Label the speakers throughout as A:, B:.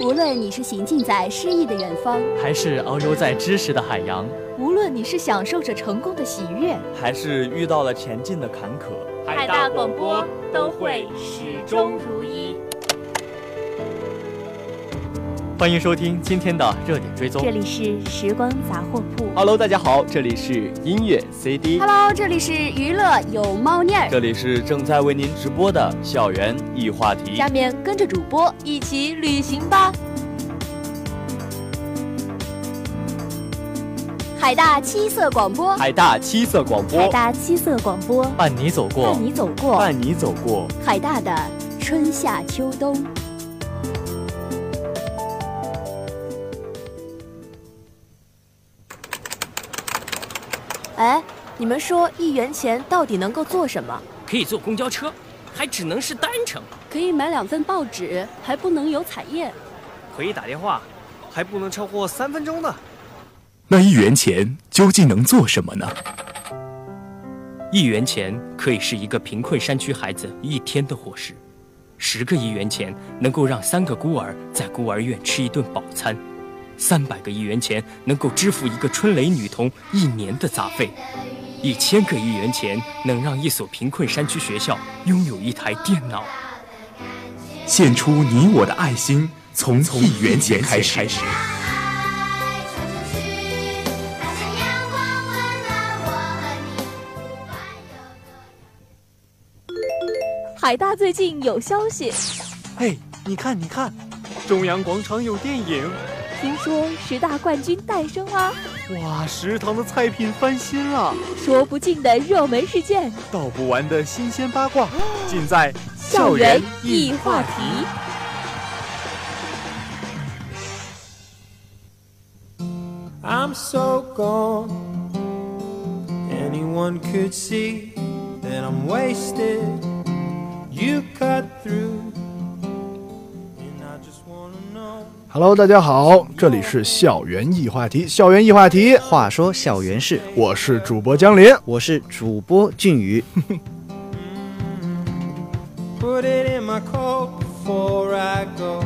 A: 无论你是行进在诗意的远方，
B: 还是遨游在知识的海洋，
C: 无论你是享受着成功的喜悦，
D: 还是遇到了前进的坎坷，
E: 海大广播都会始终如一。
B: 欢迎收听今天的热点追踪，
F: 这里是时光杂货铺。
G: Hello，大家好，这里是音乐 CD。
A: Hello，这里是娱乐有猫腻儿。
D: 这里是正在为您直播的校园易话题。
C: 下面跟着主播一起旅行吧。
A: 海大七色广播，
G: 海大七色广播，
F: 海大七色广播，
B: 伴你走过，
F: 伴你走过，
G: 伴你走过
A: 海大的春夏秋冬。
C: 哎，你们说一元钱到底能够做什么？
H: 可以坐公交车，还只能是单程。
I: 可以买两份报纸，还不能有彩页。
J: 可以打电话，还不能超过三分钟呢。
K: 那一元钱究竟能做什么呢？
H: 一元钱可以是一个贫困山区孩子一天的伙食，十个一元钱能够让三个孤儿在孤儿院吃一顿饱餐，三百个一元钱能够支付一个春蕾女童一年的杂费，一千个一元钱能让一所贫困山区学校拥有一台电脑。
K: 献出你我的爱心，从从一元钱开始。
C: 海大最近有消息，
G: 嘿，哎你看，你看，中央广场有电影，
C: 听说十大冠军诞生啦、
G: 哇，食堂的菜品翻新了，
C: 说不尽的热门事件，
G: 道不完的新鲜八卦，尽在
C: 校园易话题。
L: I'm so gone. Anyone could see that I'm wasted. You cut through. And I just wanna know.
M: Hello，大家好，这里是校园易话题，校园易话题，
N: 话说校园事，
M: 我是主播江林，
N: 我是主播俊宇。
L: Put it in my coat before I go.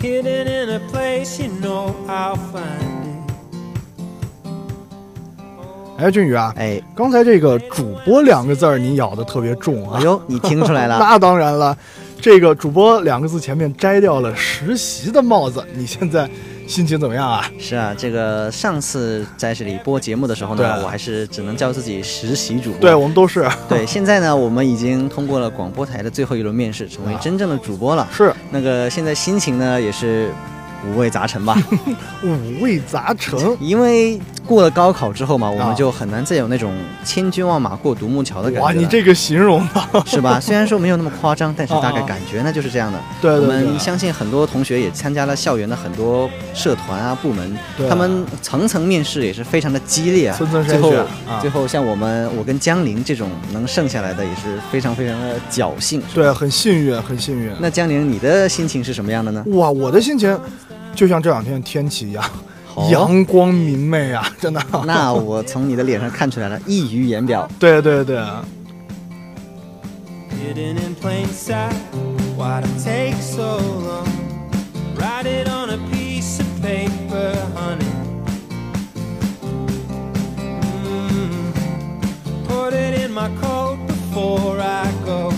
L: Hidden in a place you know I'll find it.
M: 哎，俊宇啊，
N: 哎，
M: 刚才这个“主播”两个字儿你咬的特别重啊
N: 哎，呦，你听出来 了？
M: 那当然了，这个“主播”两个字前面摘掉了实习的帽子，你现在心情怎么样啊？
N: 是啊，这个上次在这里播节目的时候
M: 对啊
N: 呢，我还是只能叫自己实习主播。
M: 对我们都是
N: 对现在呢，我们已经通过了广播台的最后一轮面试，成为
M: 啊
N: 真正的主播了。
M: 是
N: 那个现在心情呢，也是五味杂陈吧，
M: 五味杂陈，
N: 因为过了高考之后嘛，我
M: 啊
N: 们就很难再有那种千军万马过独木桥的感觉
M: 哇，
N: 了。
M: 你这个形容啊的，
N: 是吧？ 虽然说没有那么夸张，但是大概
M: 啊啊
N: 感觉呢就是这样的。
M: 对
N: 我
M: 对
N: 们
M: 对，
N: 相信很多同学也参加了校园的很多社团啊、部门，
M: 对
N: 他们层层面试也是非常的激烈啊。
M: 层层
N: 最
M: 筛
N: 后
M: 选，啊
N: 最，后像我们我跟江林这种能剩下来的也是非常非常的侥幸。
M: 对，很幸运，很幸运。
N: 那江林，你的心情是什么样的呢？
M: 哇，我的心情就像这两天天气一样，阳光明媚啊， 真的。
N: 哦那我从你的脸上看出来了，溢于言表。
M: 对对啊对，
L: Hidden in plain sight. Why'd it take so long? Write it on a piece of paper, honey. Mm. Put it in my coat before I go.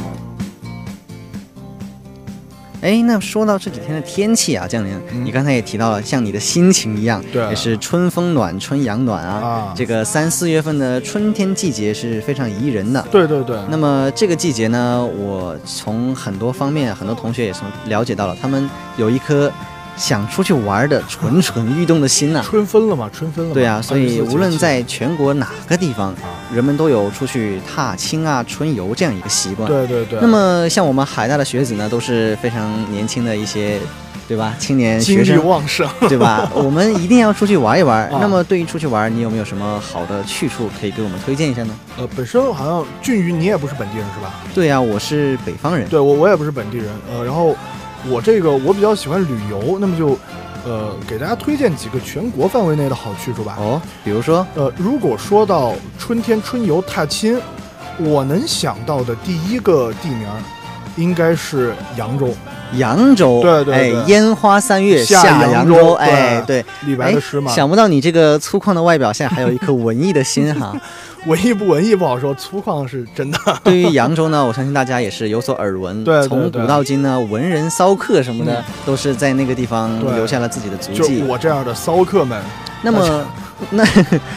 N: 哎，那说到这几天的天气啊，江林，你刚才也提到了，像你的心情一样，
M: 对
N: 也是春风暖、春阳暖啊
M: 啊。
N: 这个三四月份的春天季节是非常宜人的。
M: 对对对，
N: 那么这个季节呢，我从很多方面，很多同学也从了解到了，他们有一颗想出去玩的蠢蠢欲动的心 呐、
M: 春分了嘛，春分了嘛。
N: 对啊，所以
M: 24节
N: 无论
M: 气
N: 在全国哪个地方，
M: 啊
N: 人们都有出去踏青啊、春游这样一个习惯。
M: 对对啊对，
N: 那么像我们海大的学子呢，都是非常年轻的一些，对吧？青年
M: 精
N: 学
M: 力
N: 生，
M: 旺盛，
N: 对 吧？我们一定要出去玩一玩。
M: 啊
N: 那么对于出去玩，你有没有什么好的去处可以给我们推荐一下呢？
M: 呃，本身好像俊宇你也不是本地人是吧？
N: 对啊，我是北方人。
M: 对我我也不是本地人，呃，然后我这个我比较喜欢旅游，那么就呃给大家推荐几个全国范围内的好去处吧。
N: 哦，比如说，
M: 呃，如果说到春天春游踏青，我能想到的第一个地名儿应该是扬州。
N: 扬州，
M: 对对
N: 哎，烟花三月
M: 下
N: 扬
M: 州，
N: 哎，对，
M: 李白的诗嘛。
N: 哎想不到你这个粗犷的外表下还有一颗文艺的心哈。
M: 文艺不文艺不好说，粗犷是 真的。
N: 对于扬州呢，我相信大家也是有所耳闻。
M: 对对对
N: 从古到今呢，文人骚客什么的、
M: 嗯
N: 都是在那个地方
M: 对
N: 留下了自己的足
M: 就
N: 迹。
M: 我这样的骚客们，
N: 那么， 那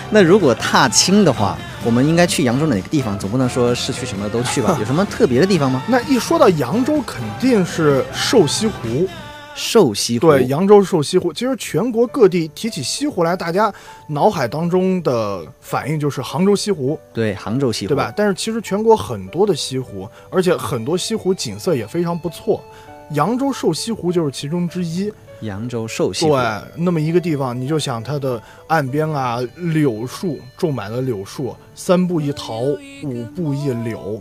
N: 那如果踏青的话，我们应该去扬州哪个地方？总不能说是去什么都去 吧？有什么特别的地方吗？
M: 那一说到扬州，肯定是瘦西湖。
N: 瘦西湖，
M: 对，扬州是瘦西湖。其实全国各地提起西湖来，大家脑海当中的反应就是杭州西湖，
N: 对，杭州西湖，
M: 对吧？？但是其实全国很多的西湖，而且很多西湖景色也非常不错，扬州瘦西湖就是其中之一。
N: 扬州瘦西湖，
M: 对，那么一个地方，你就想它的岸边啊，柳树种满了柳树，三步一桃，五步一柳，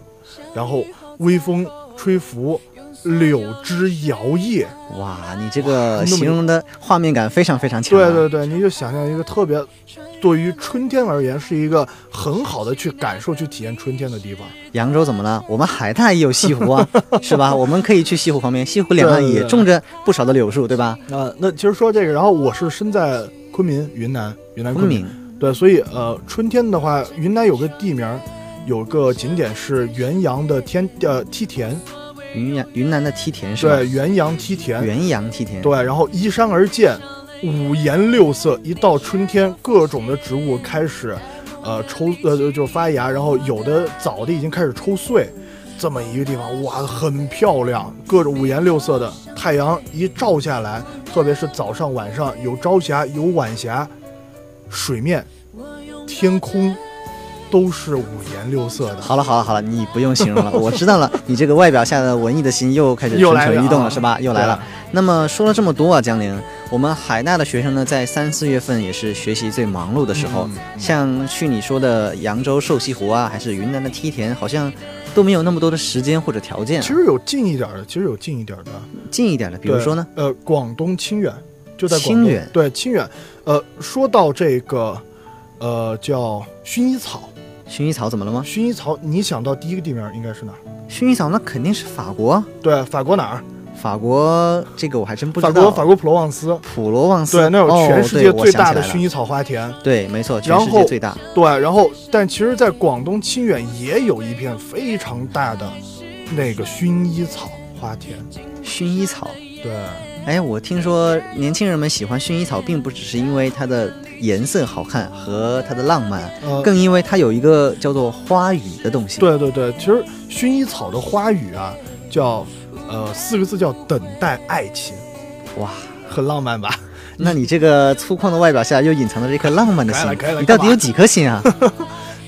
M: 然后微风吹拂，柳枝摇曳。
N: 哇，你这个
M: 么
N: 形容的画面感非常非常强、啊。
M: 对对对，你就想象一个特别，对于春天而言是一个很好的去感受、去体验春天的地方。
N: 扬州怎么了？我们海大也有西湖 啊，是吧？我们可以去西湖旁边，西湖两岸
M: 对对
N: 也
M: 对
N: 种着不少的柳树，对吧？
M: 呃，那其实说这个，然后我是身在昆明，云南，云南昆
N: 昆
M: 对，所以呃，春天的话，云南有个地名儿，有个景点是元阳的天呃梯田，
N: 云阳云南的梯田是吧？
M: 对，元阳梯田，
N: 元阳梯田，
M: 对，然后依山而建，五颜六色。一到春天，各种的植物开始，呃，抽呃就就发芽，然后有的早的已经开始抽穗。这么一个地方，哇，很漂亮，各种五颜六色的。太阳一照下来，特别是早上、晚上有朝霞，有晚霞，水面、天空都是五颜六色的。
N: 好了好了好了，你不用形容了，我知道了，你这个外表下的文艺的心又开始
M: 又
N: 蠢
M: 来了
N: 蠢欲动了，
M: 啊
N: 是吧？又来
M: 对
N: 了。那么说了这么多啊，江玲，我们海大的学生呢，在三四月份也是学习最忙碌的时
M: 嗯
N: 候，像去你说的扬州瘦西湖啊，还是云南的梯田，好像都没有那么多的时间或者条件啊、
M: 其实有近一点儿的，其实有近一点儿的，
N: 近一点的，比如
M: 对
N: 说呢，？
M: 呃，广东清远就在广
N: 清
M: 东
N: 远
M: 对清远。呃，说到这个，呃，叫薰衣草。
N: 薰衣草怎么了吗？
M: 薰衣草，你想到第一个地名应该是哪儿？
N: 薰衣草那肯定是法国啊，
M: 对，法国哪儿？
N: 法国这个我还真不知
M: 法
N: 道。
M: 国法国普罗旺斯。
N: 普罗旺斯，
M: 对，那有全世界
N: 哦对
M: 最大的
N: 我想起来了
M: 薰衣草花田。
N: 对，没错，全
M: 然
N: 世
M: 后
N: 界最大。
M: 对，然后但其实，在广东清远也有一片非常大的那个薰衣草花田。
N: 薰衣草，
M: 对，
N: 哎，我听说年轻人们喜欢薰衣草，并不只是因为它的颜色好看和它的浪漫，
M: 呃
N: 更因为它有一个叫做花语的东西。，
M: 对对对，其实薰衣草的花语啊，叫呃四个字叫等待爱情，
N: 哇，
M: 很浪漫吧？
N: 那你这个粗犷的外表下又隐藏着这颗浪漫的心
M: 开了开了，
N: 你到底
M: 干嘛
N: 有几颗心 啊？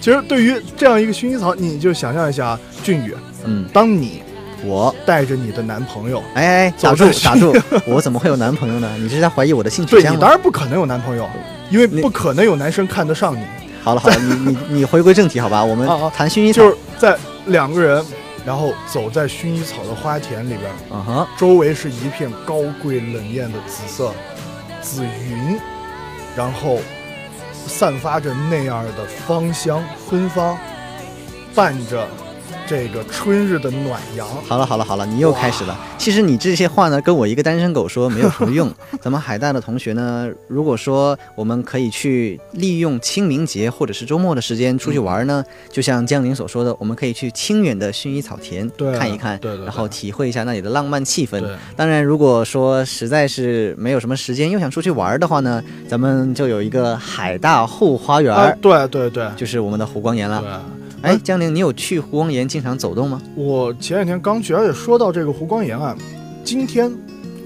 M: 其实对于这样一个薰衣草，你就想象一下啊，俊宇，
N: 嗯，
M: 当你
N: 我。
M: 带着你的男朋友，
N: 哎哎，打
M: 早
N: 住
M: 上
N: 打住！ 我怎么会有男朋友呢？你是在怀疑我的性取
M: 对
N: 向
M: 你
N: 吗
M: 当？然不可能有男朋友，因为不可能有男生看得上你，
N: 好了好了，你你你回归正题好吧？我们
M: 啊啊
N: 谈薰衣草。
M: 就是在两个人，然后走在薰衣草的花田里边，
N: 啊哈，
M: 周围是一片高贵冷艳的紫色，紫云，然后散发着那样的芳香芬芳，伴着这个春日的暖阳。
N: 好了好了好了，你又开始了。其实你这些话呢，跟我一个单身狗说没有什么 用。咱们海大的同学呢，如果说我们可以去利用清明节或者是周末的时间出去玩呢，
M: 嗯
N: 就像江林所说的，我们可以去清远的薰衣草田
M: 对啊
N: 看一看，
M: 对对对
N: 然后体会一下那里的浪漫气氛
M: 对。
N: 当然，如果说实在是没有什么时间又想出去玩的话呢，咱们就有一个海大后花园，
M: 啊，对对啊对，
N: 就是我们的湖光岩
M: 对
N: 了。哎，江玲，你有去湖光岩经常走动吗？
M: 我前两天刚去，而且说到这个湖光岩啊，今天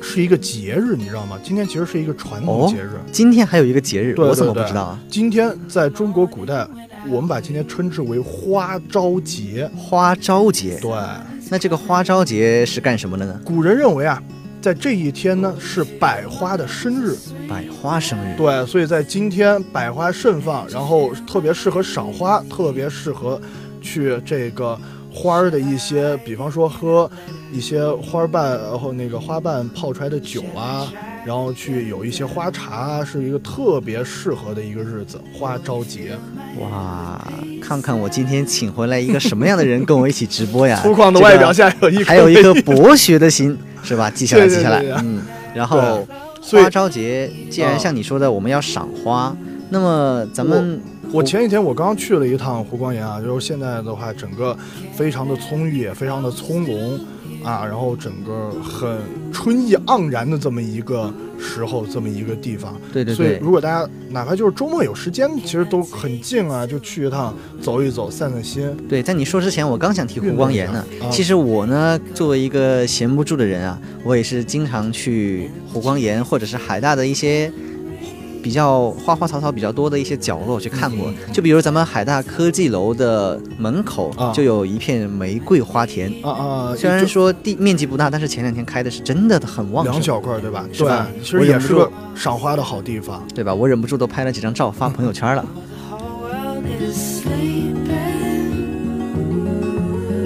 M: 是一个节日，你知道吗？今天其实是一个传统
N: 哦
M: 节日。，
N: 今天还有一个节日，
M: 对
N: 我怎么
M: 对
N: 不
M: 对
N: 知道啊？
M: 今天在中国古代，我们把今天称之为花朝节。
N: 花朝节，
M: 对，
N: 那这个花朝节是干什么的呢？
M: 古人认为啊，在这一天呢是百花的生日。
N: 百花生日，
M: 对，所以在今天百花盛放，然后特别适合赏花，特别适合去这个花儿的一些，比方说喝一些花瓣，然后那个花瓣泡出来的酒啊，然后去有一些花茶啊，是一个特别适合的一个日子。花朝节，
N: 哇，看看我今天请回来一个什么样的人跟我一起直播呀？
M: 粗犷的外表下
N: 哎这个
M: 有一颗
N: 还有一颗博学的心， 是吧？记下来，
M: 对对
N: 记下来
M: 对对，
N: 嗯。然后
M: 所以
N: 花朝节，既然像你说的，我们要赏花，那么咱们
M: 我前几天我刚去了一趟湖光岩啊，就是现在的话，整个非常的葱郁，也非常的葱茏啊，然后整个很春意盎然的这么一个时候，这么一个地方。
N: 对对对
M: 所以如果大家哪怕就是周末有时间，其实都很近啊，就去一趟走一走，散散心。
N: 对，在你说之前，我刚想提湖光岩呢
M: 运动一下啊。
N: 其实我呢，作为一个闲不住的人啊，我也是经常去湖光岩或者是海大的一些比较花花草草比较多的一些角落去看过。就比如咱们海大科技楼的门口
M: 嗯啊
N: 就有一片玫瑰花田。
M: 啊啊！
N: 虽然说地面积不大，但是前两天开的是真的很旺盛，
M: 两小块对吧？
N: 是吧
M: 对，其
N: 我
M: 实
N: 忍
M: 也
N: 不
M: 是
N: 住
M: 个赏花的好地方。
N: 对吧？我忍不住都拍了几张照发朋友圈了。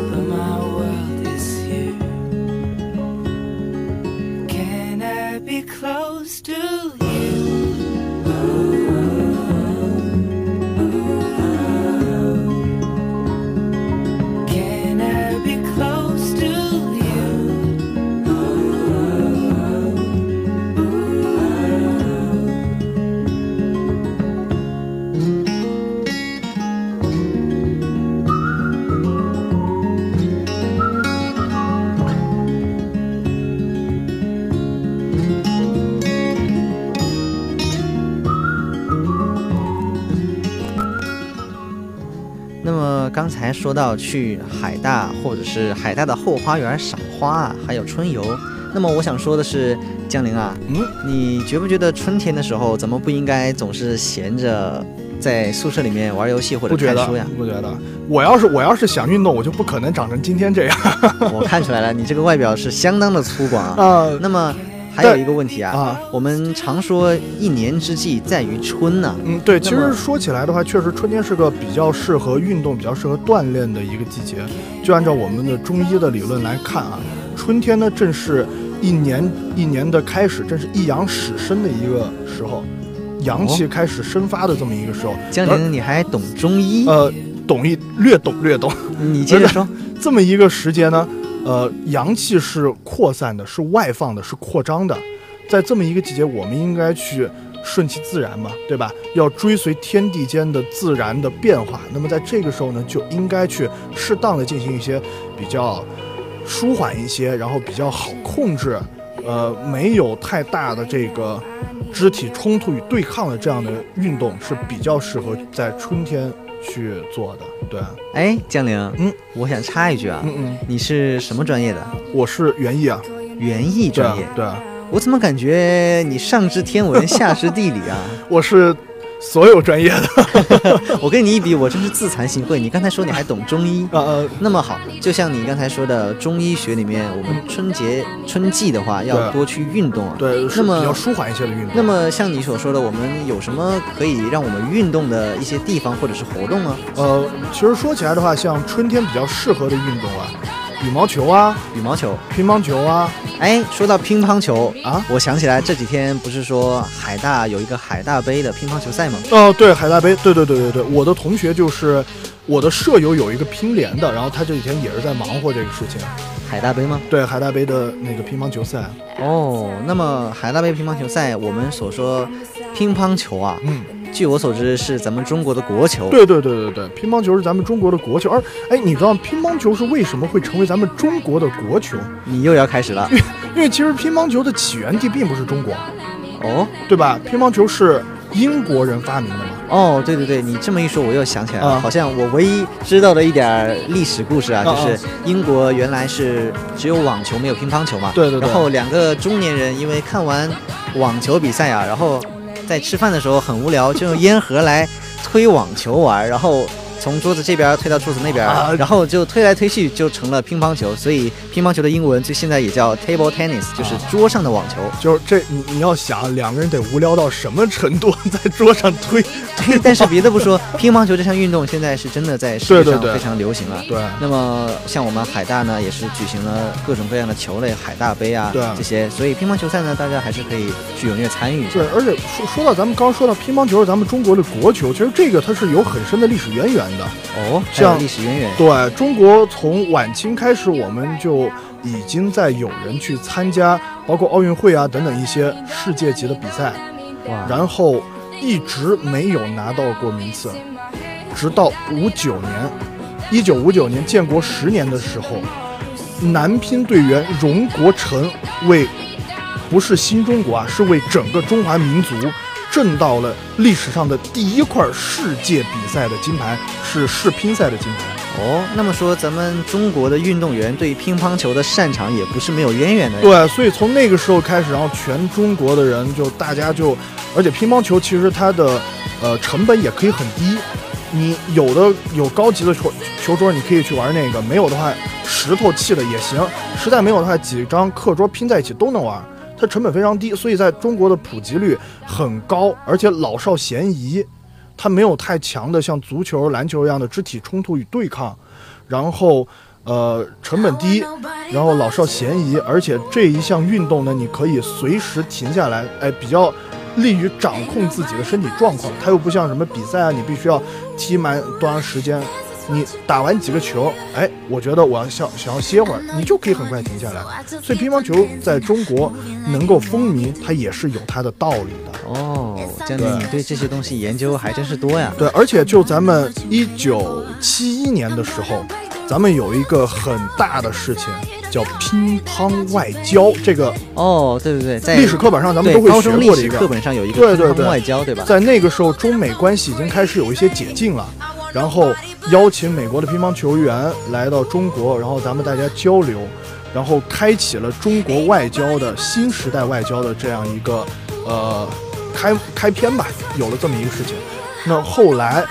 O: But my world is here. Can I be close to you? Can I be close to you?
N: 那么刚才说到去海大或者是海大的后花园赏花啊，还有春游。那么我想说的是，江玲啊，
M: 嗯，
N: 你觉不觉得春天的时候咱们不应该总是闲着在宿舍里面玩游戏或者
M: 不觉
N: 看
M: 得
N: 书呀？？
M: 不觉得？我要是我要是想运动，我就不可能长成今天这样。
N: 我看出来了，你这个外表是相当的粗犷啊。
M: 啊哎
N: 那么还有一个问题啊，我们常说一年之计在于春啊呢、
M: 嗯，对，其
N: 那
M: 实
N: 么
M: 说起来的话，确实春天是个比较适合运动、比较适合锻炼的一个季节。就按照我们的中医的理论来看啊，春天呢正是一年一年的开始，正是一阳始生的一个时候，
N: 哦
M: 阳气开始生发的这么一个时候。
N: 江
M: 而
N: 玲，你还懂中医？
M: 呃，懂一略懂略懂。
N: 你接着说。
M: 这么一个时节呢，呃，阳气是扩散的，是外放的，是扩张的。在这么一个季节，我们应该去顺其自然嘛，对吧？要追随天地间的自然的变化。那么在这个时候呢，就应该去适当的进行一些比较舒缓一些，然后比较好控制，呃，没有太大的这个肢体冲突与对抗的这样的运动是比较适合在春天去做的。对，
N: 哎，江玲，
M: 嗯，
N: 我想插一句啊，
M: 嗯嗯，
N: 你是什么专业的？
M: 我是园艺啊，
N: 园艺专业。
M: 对啊，
N: 我怎么感觉你上知天文，下知地理 啊？
M: 我是所有专业
N: 的。我跟你一比，我真是自惭形秽。你刚才说你还懂中 医，
M: 呃，
N: 那么好，就像你刚才说的，中医学里面，我们春节、春季的话要
M: 对
N: 多去运动啊。
M: 对，是
N: 那么
M: 比较舒缓一些的运动。
N: 那么像你所说的，我们有什么可以让我们运动的一些地方或者是活动呢？
M: 呃，其实说起来的话，像春天比较适合的运动啊，羽毛球啊，
N: 羽毛球、
M: 乒乓球啊。
N: 哎，说到乒乓球
M: 啊，
N: 我想起来这几天不是说海大有一个海大杯的乒乓球赛吗？
M: 哦，对，海大杯，对对对对对，我的同学就是我的舍友有一个乒联的，然后他这几天也是在忙活这个事情。
N: 海大杯吗？
M: 对，海大杯的那个乒乓球赛。
N: 哦，那么海大杯乒乓球赛，我们所说乒乓球啊，
M: 嗯，
N: 据我所知是咱们中国的国球。
M: 对对对对对，乒乓球是咱们中国的国球，而哎，你知道乒乓球是为什么会成为咱们中国的国球？
N: 你又要开始了。
M: 因为其实乒乓球的起源地并不是中国，
N: 哦，
M: 对吧？乒乓球是英国人发明的嘛。
N: 哦，对对对，你这么一说，我又想起来了，
M: 啊
N: 好像我唯一知道的一点儿历史故事啊，
M: 啊
N: 就是英国原来是只有网球没有乒乓球嘛。
M: 对对对
N: 然后两个中年人因为看完网球比赛啊，然后在吃饭的时候很无聊，就用烟盒来推网球玩儿，然后。从桌子这边推到桌子那边，
M: 啊
N: 然后就推来推去，就成了乒乓球。所以乒乓球的英文就现在也叫 table tennis，就是
M: 啊
N: 桌上的网球。
M: 就是这，你你要想两个人得无聊到什么程度， 在桌上推推。
N: 但是别的不说，乒乓球这项运动现在是真的在世界
M: 对对
N: 上
M: 对
N: 非常流行了。
M: 对
N: 那么像我们海大呢，也是举行了各种各样的球类海大杯啊，
M: 对
N: 这些，所以乒乓球赛呢，大家还是可以去踊跃参与一下
M: 对。，而且说说到咱们刚说到乒乓球是咱们中国的国球，其实这个它是有很深的历史渊源的。
N: 哦，还有
M: 像
N: 历史渊源。
M: 对中国从晚清开始，我们就已经在有人去参加，包括奥运会啊等等一些世界级的比赛，
N: 哇
M: 然后一直没有拿到过名次，直到五九年，一九五九年建国十年的时候，男乒队员荣国臣为不是新中国啊，是为整个中华民族挣到了历史上的第一块世界比赛的金牌，是世乒赛的金牌。
N: 哦，那么说咱们中国的运动员对于乒乓球的擅长也不是没有渊源的。，
M: 对，所以从那个时候开始，然后全中国的人就大家就，而且乒乓球其实它的呃成本也可以很低，你有的有高级的球球桌，你可以去玩那个；没有的话，石头砌的也行。实在没有的话，几张课桌拼在一起都能玩，它成本非常低，所以在中国的普及率很高，而且老少咸宜。它没有太强的像足球、篮球一样的肢体冲突与对抗，然后呃成本低，然哎后老少咸宜，而且这一项运动呢，你可以随时停下来，哎，比较利于掌控自己的身体状况。它又不像什么比赛啊，你必须要踢满多长时间。你打完几个球，哎，我觉得我要想想要歇会儿，你就可以很快停下来。所以乒乓球在中国能够风靡，它也是有它的道理的。
N: 哦，江姐，你对这些东西研究还真是多呀。
M: 对，而且就咱们一九七一年的时候，咱们有一个很大的事情叫乒乓外交，这个
N: 哦，对对对，在
M: 历史课本上咱们都
N: 对
M: 会
N: 高
M: 学
N: 中历
M: 过的
N: 史
M: 一个
N: 课本上有一个
M: 对对
N: 乒乓
M: 对
N: 外交，对吧？
M: 在那个时候，中美关系已经开始有一些解禁了，然后邀请美国的乒乓球员来到中国，然后咱们大家交流，然后开启了中国外交的新时代外交的这样一个呃开开篇吧，有了这么一个事情。那后来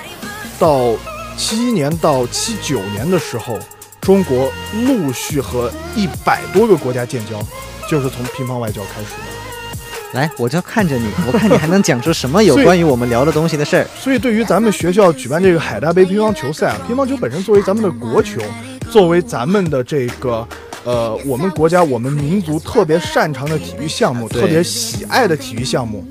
M: 到七一年到七九年的时候，中国陆续和一百多个国家建交，就是从乒乓外交开始的。
N: 来，我就看着你，我看你还能讲出什么有
M: 所以
N: 关于我们聊的东西的事儿。
M: 所以，对于咱们学校举办这个海大杯乒乓球赛，啊乒乓球本身作为咱们的国球，作为咱们的这个呃我们国家我们民族特别擅长的体育项目，
N: 对
M: 特别喜爱的体育项目，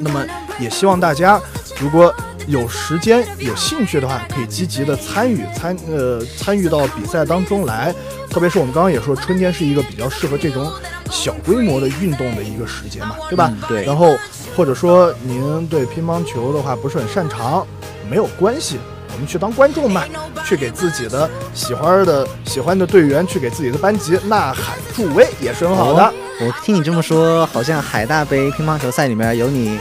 M: 那么也希望大家如果有时间有兴趣的话，可以积极的参与参呃参与到比赛当中来。特别是我们刚刚也说，春天是一个比较适合这种小规模的运动的一个时节嘛，对吧？
N: 嗯对
M: 然后或者说您对乒乓球的话不是很擅长，没有关系，我们去当观众嘛，去给自己的喜欢的喜欢的队员，去给自己的班级呐喊助威，也是很好的。
N: 哦我听你这么说，好像海大杯乒乓球赛里面有你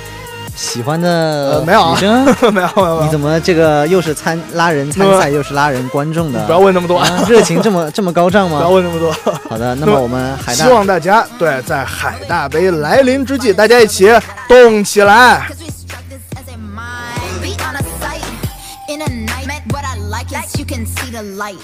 N: 喜欢的
M: 呃没有啊
N: 女生，
M: 没有没有没
N: 你
M: 有，
N: 怎么这个又是参拉人参赛，又是拉人观众的？
M: 不要问那么多，
N: 啊，热情这么这么高涨
M: 不要
N: 吗？
M: 问那么多。
N: 好的，那
M: 那
N: 么
M: 么
N: 我们海大
M: 希望大家对在海大杯来临之际，大家一起动起来。
P: be on a sight in a night. Met what I like is you can see the light.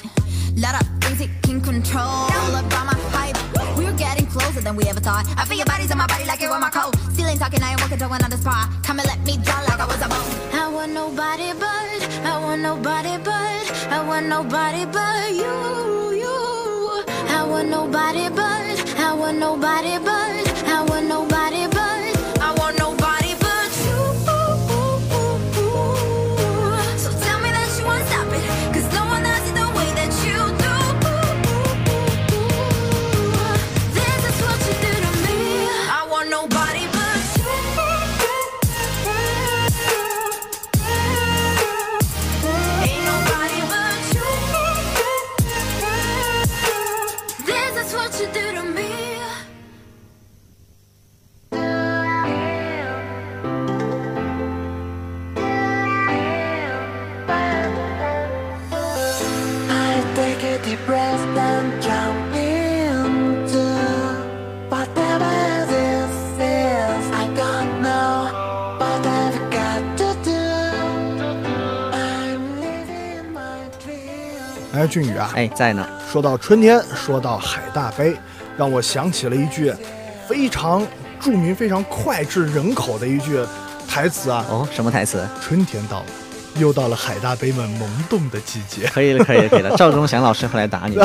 P: Lot of things it can control. All about my hype. We're getting closer than we ever thought. I feel your body's on my body like it on my coat. Still ain't talking, I ain't walking, going on the spot. Come and let me down like I was a boat. I want nobody but, I want nobody but, I want nobody but you, you. I want nobody but, I want nobody but, I want nobody but, I want nobody but you. So tell me that you won't stop it, 'cause no one does it the way that you do. This is what you do to me. I want nobody but you. Ain't nobody but you. This is what you do to me.
M: 哎，俊宇啊，
N: 哎，在呢。
M: 说到春天，说到海大杯，让我想起了一句非常著名、非常脍炙人口的一句台词啊。
N: 哦，什么台词？
M: 春天到了，又到了海大杯们萌动的季节。
N: 可以了，可以了，可 以了。赵忠祥老师会来打你。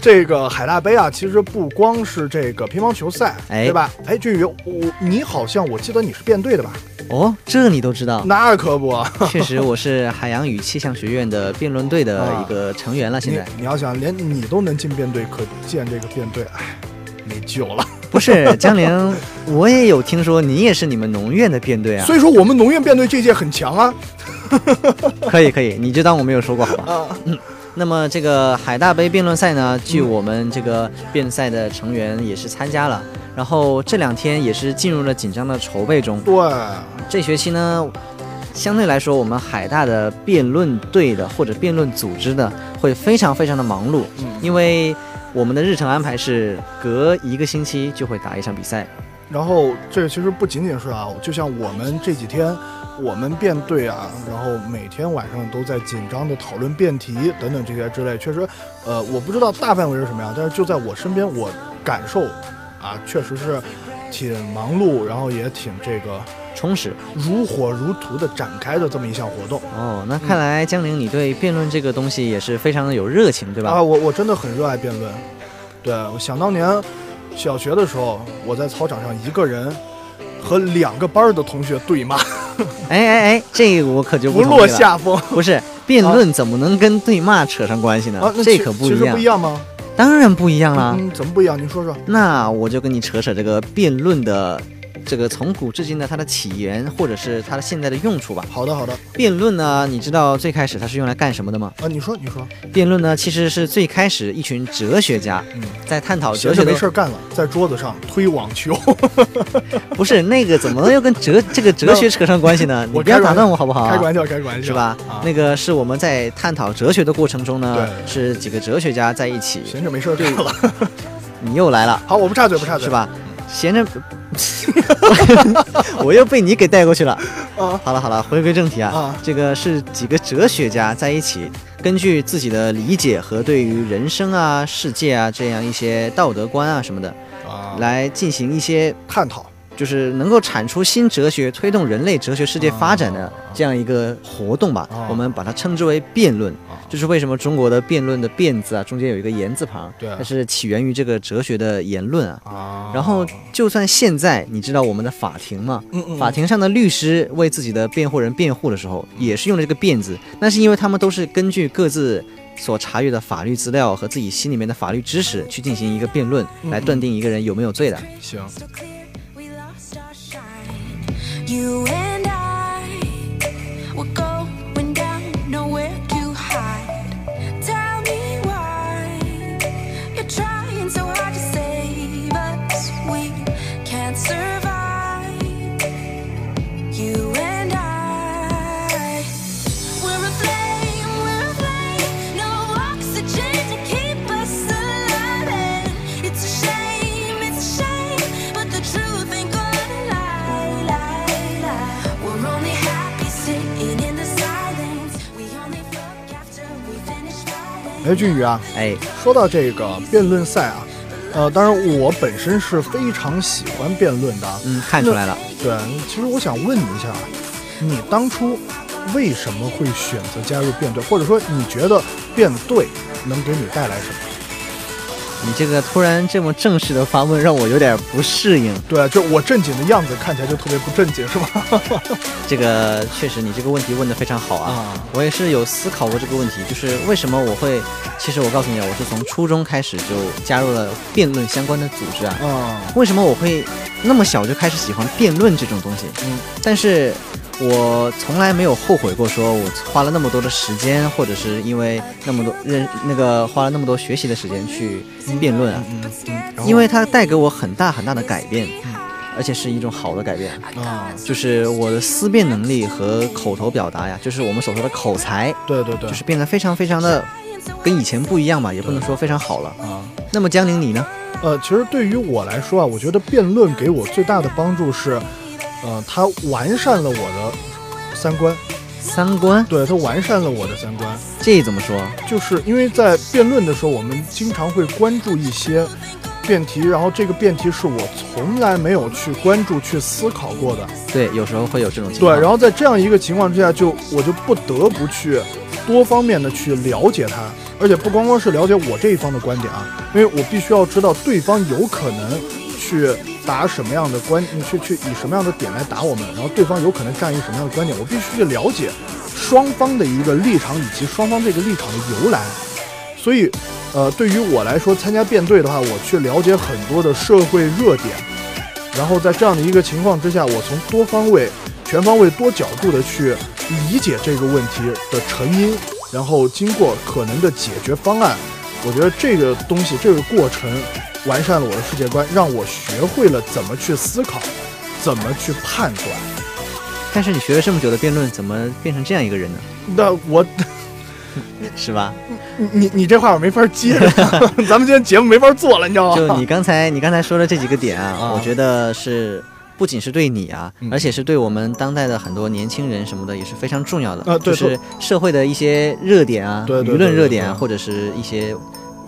M: 这个海大杯啊，其实不光是这个乒乓球赛，
N: 哎
M: 对吧？哎，俊宇，我你好像我记得你是辩队的吧？
N: 哦，这你都知 道？
M: 那可不，啊
N: 确实，我是海洋与气象学院的辩论队的
M: 啊
N: 一个成员了。现在、
M: 你你要想连你都能进辩队，可见这个辩队，哎，没救了。
N: 不是江玲，我也有听说你也是你们农院的辩队啊。
M: 所以说我们农院辩队这届很强啊。
N: 可以可以，你就当我没有说过好吧？嗯。那么这个海大杯辩论赛呢，据我们这个辩赛的成员也是参加了，然后这两天也是进入了紧张的筹备中。
M: 对，
N: 这学期呢，相对来说我们海大的辩论队的或者辩论组织的会非常非常的忙碌，因为我们的日程安排是隔一个星期就会打一场比赛。
M: 然后这其实不仅仅是啊，就像我们这几天，我们辩队啊，然后每天晚上都在紧张的讨论辩题等等这些之类，确实，呃，我不知道大范围是什么样，但是就在我身边，我感受啊，确实是挺忙碌，然后也挺这个
N: 充实、
M: 如火如荼的展开的这么一项活动。
N: 哦，那看来江玲，你对辩论这个东西也是非常的有热情，对吧？
M: 啊，我我真的很热爱辩论，对我想当年。小学的时候，我在操场上一个人和两个班儿的同学对骂，
N: 哎哎哎，这个我可就
M: 不
N: 同意
M: 落
N: 了
M: 下风。
N: 不是辩论怎么能跟对骂扯上关系呢？
M: 啊，那
N: 这
M: 其
N: 可不
M: 其
N: 一
M: 实
N: 样，啊
M: 不一样吗？
N: 当然不一样啦。
M: 嗯，怎么不一样？你说说。
N: 那我就跟你扯扯这个辩论的这个从古至今的它的起源，或者是它的现在的用处吧。
M: 好的，好的。
N: 辩论呢，你知道最开始它是用来干什么的吗？
M: 啊，你说，你说。
N: 辩论呢，其实是最开始一群哲学家
M: 嗯，
N: 在探讨哲
M: 闲
N: 学
M: 着
N: 的
M: 没事儿干了，在桌子上推网球。
N: 不是那个，怎么能又跟哲这个哲学扯上关系呢？
M: 我
N: 你不要
M: 开玩
N: 打断我好不好、啊？
M: 开玩笑开玩笑
N: 是吧？
M: 啊
N: 那个是我们在探讨哲学的过程中呢，
M: 对
N: 是几个哲学家在一起。
M: 闲着没事儿干了。
N: 你又来了，
M: 好，我不插嘴，不插嘴，
N: 是？吧？闲着， 我又被你给带过去了。
M: 啊，
N: 好了好了，回归正题啊，
M: 啊
N: 这个是几个哲学家在一起，根据自己的理解和对于人生啊、世界啊这样一些道德观啊什么的，
M: 啊，
N: 来进行一些
M: 探讨。
N: 就是能够产出新哲学、推动人类哲学世界发展
M: 啊
N: 的这样一个活动吧，我们把它称之为辩论。
M: 啊
N: 就是为什么中国的辩论的“辩”字啊，中间有一个言字旁，
M: 对
N: 它是起源于这个哲学的言论啊。
M: 啊，
N: 然后，就算现在你知道我们的法庭吗？
M: 嗯嗯，
N: 法庭上的律师为自己的辩护人辩护的时候，也是用了这个“辩”字，那是因为他们都是根据各自所查阅的法律资料和自己心里面的法律知识去进行一个辩论，
M: 嗯
N: 来断定一个人有没有罪的。
M: 行，
O: You and I were going down nowhere to hide. Tell me why you're trying so hard to save us. We can't survive. You and I, we're a flame, we're a flame. No oxygen to keep us alive. And it's a shame, it's a shame, but the truth ain't gonna lie, lie, lie. We're only happy sitting in the silence. We only fuck after we finish fighting.
M: 哎，俊宇啊，
N: 哎，
M: 说到这个辩论赛啊，呃，当然我本身是非常喜欢辩论的啊，
N: 嗯，看出来了。
M: 对，其实我想问你一下，你当初为什么会选择加入辩队，或者说你觉得辩队能给你带来什么？
N: 你这个突然这么正式的发问，让我有点不适应。
M: 对，啊就我正经的样子看起来就特别不正经，是吗？
N: 这个确实，你这个问题问得非常好啊。
M: 啊
N: 我也是有思考过这个问题，就是为什么我会……其实我告诉你啊，我是从初中开始就加入了辩论相关的组织啊。
M: 啊，
N: 为什么我会那么小就开始喜欢辩论这种东西？
M: 嗯，
N: 但是我从来没有后悔过，说我花了那么多的时间，或者是因为那么多认那个花了那么多学习的时间去辩论啊，
M: 嗯嗯
N: 因为它带给我很大很大的改变，而且是一种好的改变，
M: 啊，
N: 就是我的思辨能力和口头表达呀，就是我们所说的口才，
M: 对对对，
N: 就是变得非常非常的跟以前不一样吧，也不能说非常好了。
M: 啊。
N: 那么江宁你呢？
M: 呃，其实对于我来说啊，我觉得辩论给我最大的帮助是，呃，它完善了我的三观，
N: 三观，
M: 对它完善了我的三观。
N: 这怎么说？
M: 就是因为在辩论的时候，我们经常会关注一些辩题，然后这个辩题是我从来没有去关注、去思考过的。
N: 对，有时候会有这种情
M: 对
N: 况。，
M: 然后在这样一个情况之下，就我就不得不去多方面的去了解它，而且不光光是了解我这一方的观点啊，因为我必须要知道对方有可能去打什么样的观，去去以什么样的点来打我们，然后对方有可能站一什么样的观点，我必须去了解双方的一个立场以及双方这个立场的由来。所以，呃，对于我来说，参加辩队的话，我去了解很多的社会热点，然后在这样的一个情况之下，我从多方位、全方位、多角度的去理解这个问题的成因，然后经过可能的解决方案，我觉得这个东西这个过程完善了我的世界观，让我学会了怎么去思考，怎么去判断。
N: 但是你学了这么久的辩论，怎么变成这样一个人呢？
M: 那我，
N: 是吧？
M: 你你你这话我没法接着，咱们今天节目没法做了，你知道吗？
N: 就你刚才你刚才说的这几个点啊，我觉得是不仅是对你啊，
M: 嗯
N: 而且是对我们当代的很多年轻人什么的也是非常重要的。
M: 啊对
N: 就是社会的一些热点啊，
M: 对对
N: 舆论热点
M: 对
N: 啊，
M: 对对
N: 或者是一些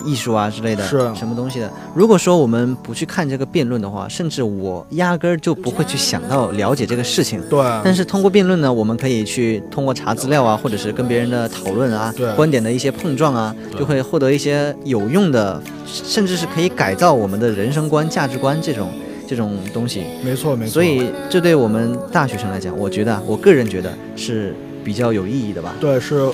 N: 艺术啊之类的，
M: 是
N: 什么东西的。如果说我们不去看这个辩论的话，甚至我压根儿就不会去想到了解这个事情。
M: 对，
N: 但是通过辩论呢，我们可以去通过查资料啊，或者是跟别人的讨论啊
M: 对，
N: 观点的一些碰撞啊，就会获得一些有用的，甚至是可以改造我们的人生观、价值观这种这种东西。
M: 没错没错。
N: 所以，这对我们大学生来讲，我觉得啊，我个人觉得是比较有意义的吧。
M: 对，是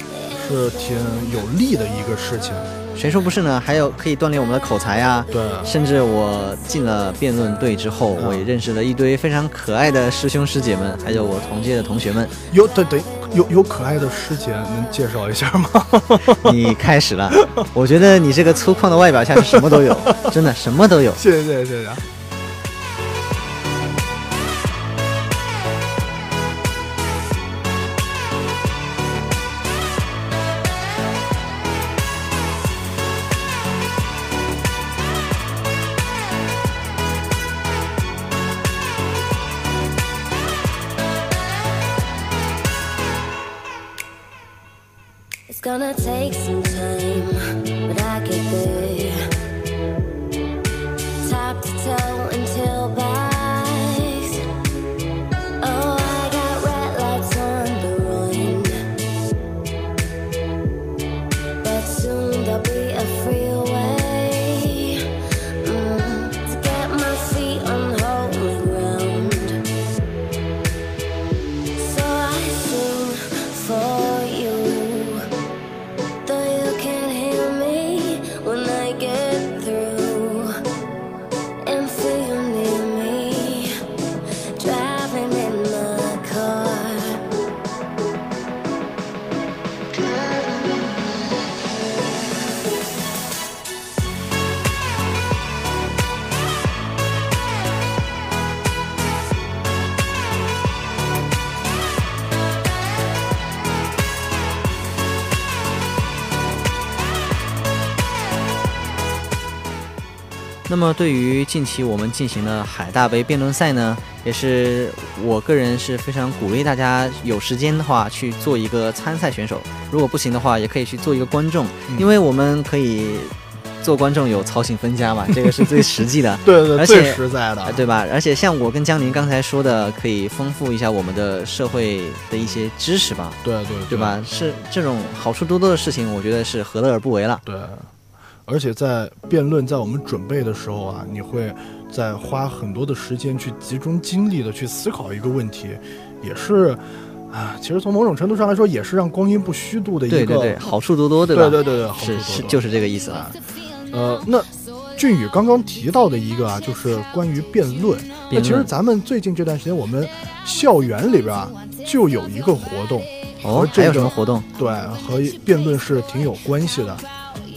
M: 是挺有利的一个事情。
N: 谁说不是呢？还有可以锻炼我们的口才啊。
M: 对
N: 甚至我进了辩论队之后，我也认识了一堆非常可爱的师兄师姐们，还有我同届的同学们。
M: 有对对，有有可爱的师姐，能介绍一下吗？
N: 你开始了，我觉得你这个粗犷的外表下是什么都有， 真的什么都有。
M: 谢谢谢谢谢谢啊。，
Q: It's gonna take some time, but I get there. Top to toe until buys. Oh, I got red lights on the run. But soon there'll be a freeway mm, to get my feet on holy ground. So I sing for you. Though you can't hear me when I get through and feel near me driving in my car.
N: 那么对于近期我们进行的海大杯辩论赛呢，也是我个人是非常鼓励大家有时间的话去做一个参赛选手，如果不行的话，也可以去做一个观众，因为我们可以。做观众有操性分家嘛，这个是最实际的
M: 对对
N: 而且
M: 最实在的
N: 呃对吧？而且像我跟江林刚才说的，可以丰富一下我们的社会的一些知识吧，
M: 对对对
N: 对吧？是这种好处多多的事情，我觉得是何乐而不为了。
M: 对，而且在辩论，在我们准备的时候啊，你会在花很多的时间去集中精力的去思考一个问题，也是啊，其实从某种程度上来说，也是让光阴不虚度的一个
N: 对对对，好处多多，对吧？
M: 对对对对好处
N: 是
M: 多
N: 是
M: 多
N: 就是这个意思啊。
M: 呃，那俊宇刚刚提到的一个啊，就是关于辩论。那
N: 辩论
M: 其实咱们最近这段时间，我们校园里边啊，就有一个活动，
N: 哦
M: 和这个、
N: 还有什么活动？
M: 对，和辩论是挺有关系的。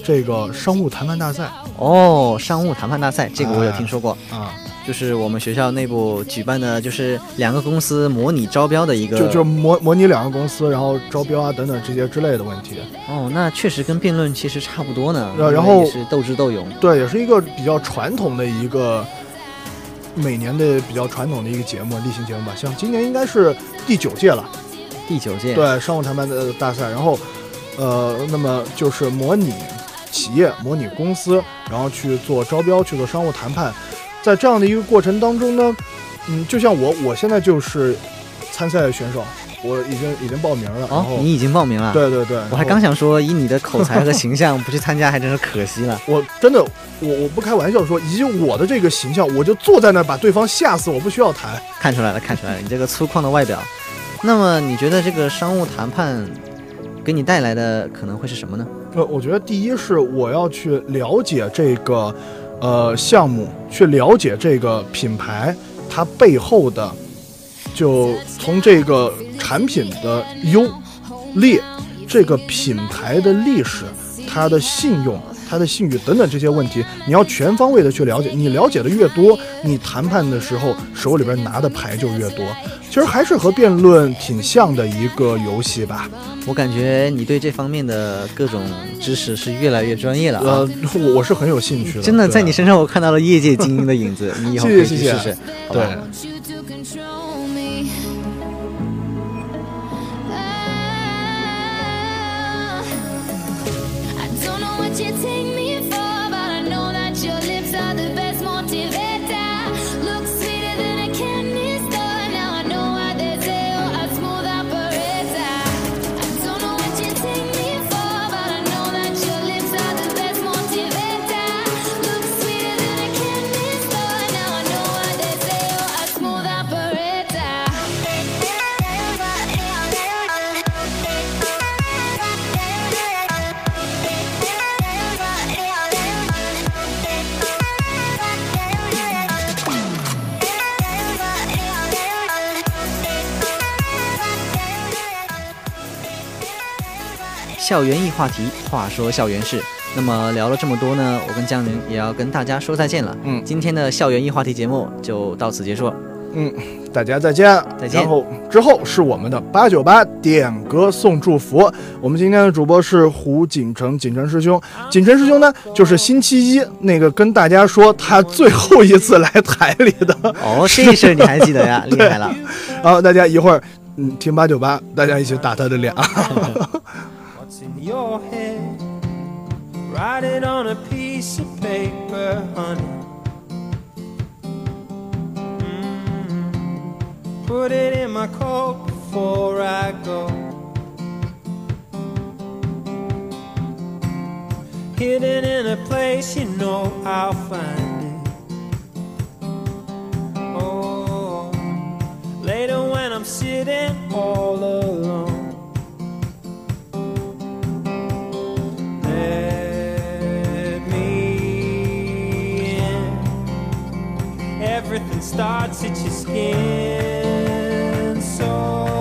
M: 这个商务谈判大赛
N: 哦，商务谈判大赛，这个我有
M: 嗯哎
N: 听说过
M: 啊，
N: 就是我们学校内部举办的，就是两个公司模拟招标的一个，
M: 就就模模拟两个公司，然后招标啊等等这些之类的问题。
N: 哦，那确实跟辩论其实差不多呢。
M: 呃然
N: 因为
M: 后
N: 也是斗智斗勇，
M: 对，也是一个比较传统的一个每年的比较传统的一个节目，例行节目吧。像今年应该是第九届了，
N: 第九届
M: 对商务谈判的大赛，然后呃，那么就是模拟企业、模拟公司，然后去做招标、去做商务谈判，在这样的一个过程当中呢，嗯，就像我，我现在就是参赛选手。我已经已经报名了，然
N: 哦
M: 后，
N: 你已经报名了？
M: 对对对
N: 我还
M: 然后
N: 刚想说，以你的口才和形象， 不去参加还真是可惜了。
M: 我真的，我我不开玩笑说，以我的这个形象，我就坐在那儿把对方吓死，我不需要谈。
N: 看出来了，看出来了，你这个粗犷的外表。那么你觉得这个商务谈判给你带来的可能会是什么呢？
M: 呃，我觉得第一是我要去了解这个，呃，项目，去了解这个品牌它背后的，就从这个产品的优劣，这个品牌的历史，它的信用。它的信誉等等这些问题，你要全方位的去了解。你了解的越多，你谈判的时候手里边拿的牌就越多。其实还是和辩论挺像的一个游戏吧。
N: 我感觉你对这方面的各种知识是越来越专业了啊！
M: 呃，我我是很有兴趣的，
N: 真的，
M: 对
N: 在你身上我看到了业界精英的影子，你以后可
M: 谢
N: 以
M: 谢
N: 去
M: 谢谢
N: 试试，好吧？
M: 对
O: want you to control me. Oh, I don't know what you take me for, but I know that your lips are the best motivator. Look sweeter than a candy store. Now I know why they say you're a smooth operator. I don't know what you take me for, but I know that your lips are the best motivator. Look sweeter than a candy store. Now I know why they say you're a smooth operator.
N: 校园异话题，话说校园事。那么聊了这么多呢，我跟江宁也要跟大家说再见了。嗯，今天的校园异话题节目就到此结束了。
M: 嗯，大家再见，
N: 再见
M: 然后之后是我们的八九八点歌送祝福。我们今天的主播是胡锦城，锦城师兄。锦城师兄呢，就是星期一那个跟大家说他最后一次来台里的。
N: 哦这事儿你还记得呀厉害了。
M: 然后大家一会儿嗯听八九八，大家一起打他的脸啊。
L: What's in your head? Write it on a piece of paper, honey. Mm, Put it in my coat before I go. Hidden in a place you know I'll find it. Oh, later when I'm sitting all alone. Let me in. Everything starts at your skin. So